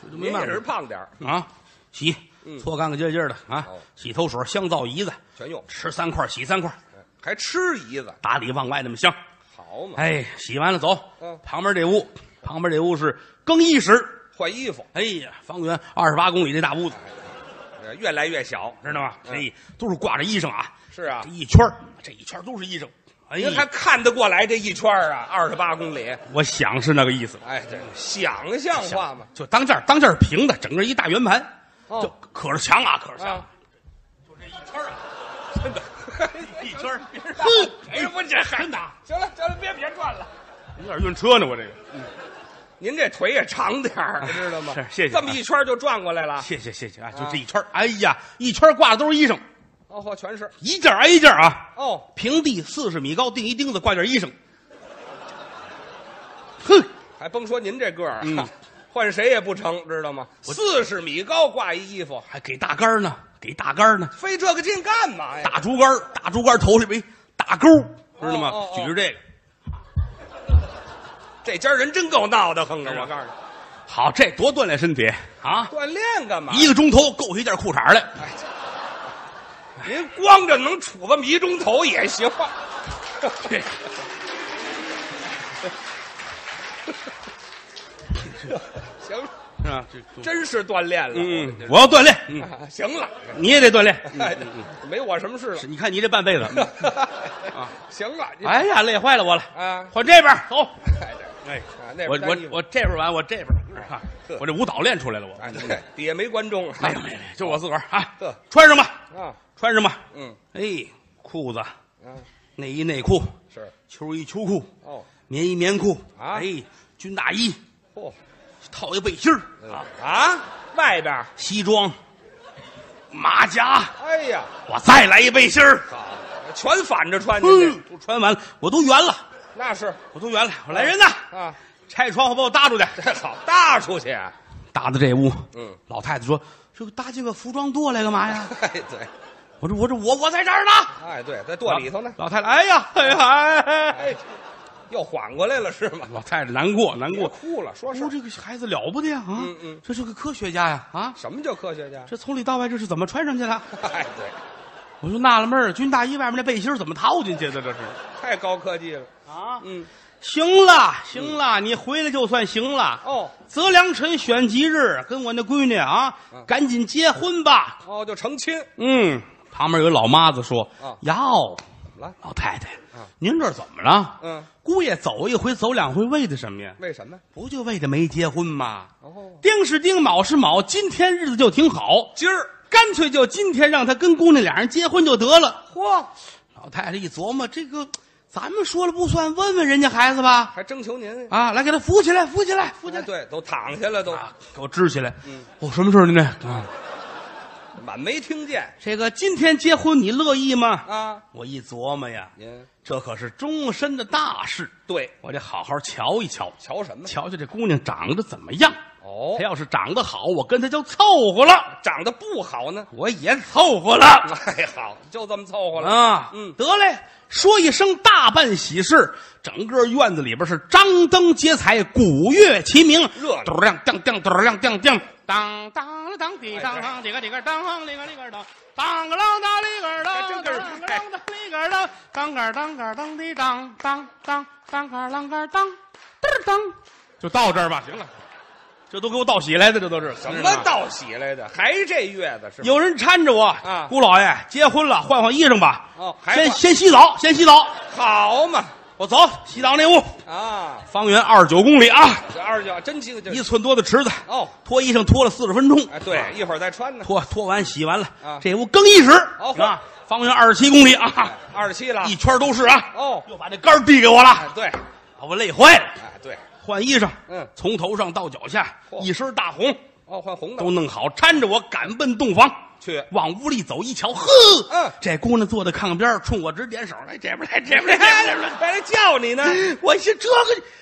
Speaker 1: 水都没
Speaker 2: 您
Speaker 1: 漫
Speaker 2: 也是
Speaker 1: 过
Speaker 2: 胖点儿，
Speaker 1: 我啊，洗
Speaker 2: 嗯，
Speaker 1: 搓干干净净的啊
Speaker 2: 好，
Speaker 1: 洗头水、香皂、胰子，
Speaker 2: 全用，
Speaker 1: 吃三块洗三块，
Speaker 2: 还吃一子，
Speaker 1: 打里往外那么香。
Speaker 2: 好嘛，
Speaker 1: 哎哎，洗完了走
Speaker 2: 嗯，
Speaker 1: 旁边这屋，旁边这屋是更衣室，
Speaker 2: 换衣服
Speaker 1: 哎呀，方圆二十八公里这大屋子，
Speaker 2: 呃越来越小，
Speaker 1: 知道吗？
Speaker 2: 嗯
Speaker 1: 哎，都是挂着衣裳啊，
Speaker 2: 是啊
Speaker 1: 这，一圈儿这一圈儿都是衣裳。哎
Speaker 2: 您还
Speaker 1: 呀，
Speaker 2: 看得过来这一圈儿啊？二十八公里，
Speaker 1: 我想是那个意思。
Speaker 2: 哎，这想象化嘛，
Speaker 1: 就当这儿，当这儿平的，整个一大圆盘，
Speaker 2: 哦
Speaker 1: 就可着墙啊，可着墙，
Speaker 2: 啊，
Speaker 1: 就这一圈儿啊，真的，一圈儿，
Speaker 2: 哼
Speaker 1: 哎我这真的，
Speaker 2: 行了，行了，别别转了。
Speaker 1: 有点晕车呢，我这个，
Speaker 2: 您这腿也长点儿，知道吗？
Speaker 1: 哎是谢谢啊
Speaker 2: 这么一圈就转过来了。
Speaker 1: 谢谢谢谢啊，就
Speaker 2: 啊
Speaker 1: 这一圈儿，哎呀，一圈儿挂的都是衣裳，
Speaker 2: 哦嚯，全是
Speaker 1: 一件儿挨一件儿啊，
Speaker 2: 哦，
Speaker 1: 平地四十米高，钉一钉子挂件衣裳，哼，
Speaker 2: 还甭说您这个儿，
Speaker 1: 嗯
Speaker 2: [LAUGHS] 换谁也不成，知道吗？四十米高挂一衣服，
Speaker 1: 还给大杆儿呢，给大杆儿呢，
Speaker 2: 费这个劲干嘛呀？
Speaker 1: 大竹竿儿，大竹竿儿头里边一大钩儿，知道吗
Speaker 2: 哦哦？哦
Speaker 1: 举着这个，
Speaker 2: 这家人真够闹的哼的，
Speaker 1: 是
Speaker 2: 我告诉
Speaker 1: 好，这多锻炼身体啊！
Speaker 2: 你，锻炼干嘛？
Speaker 1: 一个钟头够一件裤衩来。 [LAUGHS]
Speaker 2: 哎您光着能杵这么一钟头也行。行了，
Speaker 1: 是吧？啊这这
Speaker 2: 真是锻炼了。
Speaker 1: 嗯
Speaker 2: 我，
Speaker 1: 我要锻炼，嗯，
Speaker 2: 啊行了，
Speaker 1: 你也得锻炼。
Speaker 2: 哎没我什么事了 [LAUGHS]
Speaker 1: 是。你看你这半辈子， [LAUGHS] 嗯啊
Speaker 2: 行了，你
Speaker 1: 哎呀，累坏了我了。
Speaker 2: 啊，
Speaker 1: 换这边儿走，
Speaker 2: 哎对
Speaker 1: 哎，
Speaker 2: 啊那边
Speaker 1: 我
Speaker 2: 单
Speaker 1: 我
Speaker 2: 衣服
Speaker 1: 我这边完，我这边儿啊
Speaker 2: 呵
Speaker 1: 我这舞蹈练出来了，我
Speaker 2: 哎对，底下没观众
Speaker 1: 没有没有，没有就我自个儿啊
Speaker 2: 呵。
Speaker 1: 穿上吧，
Speaker 2: 啊，
Speaker 1: 穿上吧。
Speaker 2: 嗯
Speaker 1: 哎，裤子、
Speaker 2: 啊，
Speaker 1: 内衣、内裤、
Speaker 2: 是
Speaker 1: 秋衣、秋裤、
Speaker 2: 哦，
Speaker 1: 棉衣、棉裤，
Speaker 2: 啊
Speaker 1: 哎，军大衣，
Speaker 2: 嚯
Speaker 1: 套一背心儿啊，
Speaker 2: 啊，外边儿，
Speaker 1: 西装，马甲，
Speaker 2: 哎呀，
Speaker 1: 我再来一背心儿。
Speaker 2: 好，全反着穿进
Speaker 1: 嗯
Speaker 2: 去，，
Speaker 1: 都穿完了，我都圆了。
Speaker 2: 那是
Speaker 1: 我都圆了，我来人呐！
Speaker 2: 啊，
Speaker 1: 拆窗户把我搭出去，
Speaker 2: [LAUGHS] 这好搭出去，啊
Speaker 1: 搭到这屋。
Speaker 2: 嗯，
Speaker 1: 老太太说：“这个搭这个服装垛来干嘛呀
Speaker 2: [LAUGHS] 哎对，？”
Speaker 1: 我这我这我我在这儿呢，
Speaker 2: 哎，对，在垛里头呢，
Speaker 1: 老太太，哎呀，哎呀，哎哎哎，
Speaker 2: 哎，又缓过来了是吗？
Speaker 1: 老太太难过难
Speaker 2: 别
Speaker 1: 过，
Speaker 2: 哭了，说
Speaker 1: 我
Speaker 2: 事
Speaker 1: 说
Speaker 2: 儿
Speaker 1: 这个孩子了不得呀啊
Speaker 2: 嗯嗯，
Speaker 1: 这是个科学家呀啊，
Speaker 2: 什么叫科学家？
Speaker 1: 这从里到外这是怎么穿上去的？
Speaker 2: 哎，对，
Speaker 1: 我说纳了闷儿，军大衣外面那背心儿怎么套进去的？这是
Speaker 2: 太高科技了。
Speaker 1: 啊，
Speaker 2: 嗯，
Speaker 1: 行了行了，你回来就算行了。
Speaker 2: 哦
Speaker 1: 择良辰选吉日，跟我那闺女啊，
Speaker 2: 嗯
Speaker 1: 赶紧结婚吧。
Speaker 2: 哦，就成亲，
Speaker 1: 嗯，旁边有老妈子说
Speaker 2: 啊：“
Speaker 1: 哟，
Speaker 2: 怎么了？
Speaker 1: 老太太
Speaker 2: 啊，
Speaker 1: 您这怎么了？
Speaker 2: 嗯，
Speaker 1: 姑爷走一回，走两回，为的什么呀？
Speaker 2: 为什么？
Speaker 1: 不就为的没结婚吗？
Speaker 2: 哦，
Speaker 1: 丁是丁，卯是卯，今天日子就挺好，
Speaker 2: 今儿
Speaker 1: 干脆就今天让他跟姑娘俩人结婚就得了。”
Speaker 2: 嚯，
Speaker 1: 老太太一琢磨，这个咱们说了不算，问问人家孩子吧。
Speaker 2: 还征求您。
Speaker 1: 啊，来给他扶起来，扶起来，扶起
Speaker 2: 哎，
Speaker 1: 来。
Speaker 2: 对，都躺下了，都
Speaker 1: 啊，给我支起来。
Speaker 2: 嗯，
Speaker 1: 哦，什么事儿您这？啊，
Speaker 2: 满没听见
Speaker 1: 这个今天结婚你乐意吗？
Speaker 2: 啊。
Speaker 1: 我一琢磨呀，
Speaker 2: 您
Speaker 1: 这可是终身的大事，
Speaker 2: 对，
Speaker 1: 我得好好瞧一瞧，
Speaker 2: 瞧什么？
Speaker 1: 瞧瞧这姑娘长得怎么样。
Speaker 2: 哦
Speaker 1: 她，要是长得好，我跟她就凑合了，
Speaker 2: 长得不好呢。
Speaker 1: 我也凑合了。
Speaker 2: 哎，好，就这么凑合了。
Speaker 1: 啊，
Speaker 2: 嗯
Speaker 1: 得嘞，说一声大办喜事，整个院子里边是张灯结彩，鼓乐齐鸣，
Speaker 2: 热闹
Speaker 1: 嘟儿亮当当，嘟儿亮当当，当当了当滴当当，这个这个当里个里个当，当个啷当里个
Speaker 2: 还
Speaker 1: 当，
Speaker 2: 真个儿
Speaker 1: 当个啷当里个当，当个儿当个儿当滴当当当当个儿啷个儿当，嘚儿当，就到这儿吧，行了，这都给我道喜来的，这都是
Speaker 2: 什么道喜来的？还这月子是吗？
Speaker 1: 有人搀着我
Speaker 2: 啊
Speaker 1: 姑老爷结婚了，换换衣裳吧。
Speaker 2: 哦还
Speaker 1: 先
Speaker 2: 换
Speaker 1: 先洗澡，先洗澡。
Speaker 2: 好嘛
Speaker 1: 我走，洗澡那屋，
Speaker 2: 啊！
Speaker 1: 方圆二十九公里啊，
Speaker 2: 这二舅真记得这
Speaker 1: 一啊寸多的池子，
Speaker 2: 哦。
Speaker 1: 脱衣裳脱了四十分钟。
Speaker 2: 哎，对，一会儿再穿呢。
Speaker 1: 脱脱完洗完了，
Speaker 2: 啊
Speaker 1: 这屋更衣室
Speaker 2: 哦嚯
Speaker 1: 啊，方圆二十七公里啊，
Speaker 2: 哎二十七了
Speaker 1: 一圈都是啊。
Speaker 2: 哦，
Speaker 1: 又把这杆儿递给我了，
Speaker 2: 哎，对，
Speaker 1: 把我累坏了。
Speaker 2: 哎，对，
Speaker 1: 换衣裳，
Speaker 2: 嗯
Speaker 1: 从头上到脚下，
Speaker 2: 嚯
Speaker 1: 一身大红
Speaker 2: 哦，换红的
Speaker 1: 都弄好，搀着我赶奔洞房。
Speaker 2: 去。 [LAUGHS]
Speaker 1: 往屋里走一瞧，呵，
Speaker 2: 嗯
Speaker 1: 这姑娘坐在炕边儿冲我直点手，来这边来，这边来，
Speaker 2: 哎
Speaker 1: 这边来。
Speaker 2: 还来叫你呢，
Speaker 1: [LAUGHS] 我一这个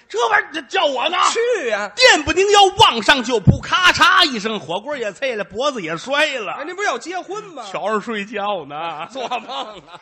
Speaker 1: 这玩意儿这叫我呢，
Speaker 2: 去呀、
Speaker 1: 电不宁腰往上就扑，咔嚓一声，火锅也碎了，脖子也摔
Speaker 2: 哎，
Speaker 1: 了，
Speaker 2: 您不是要结婚吗？
Speaker 1: 瞧着睡觉呢。
Speaker 2: 做梦啊！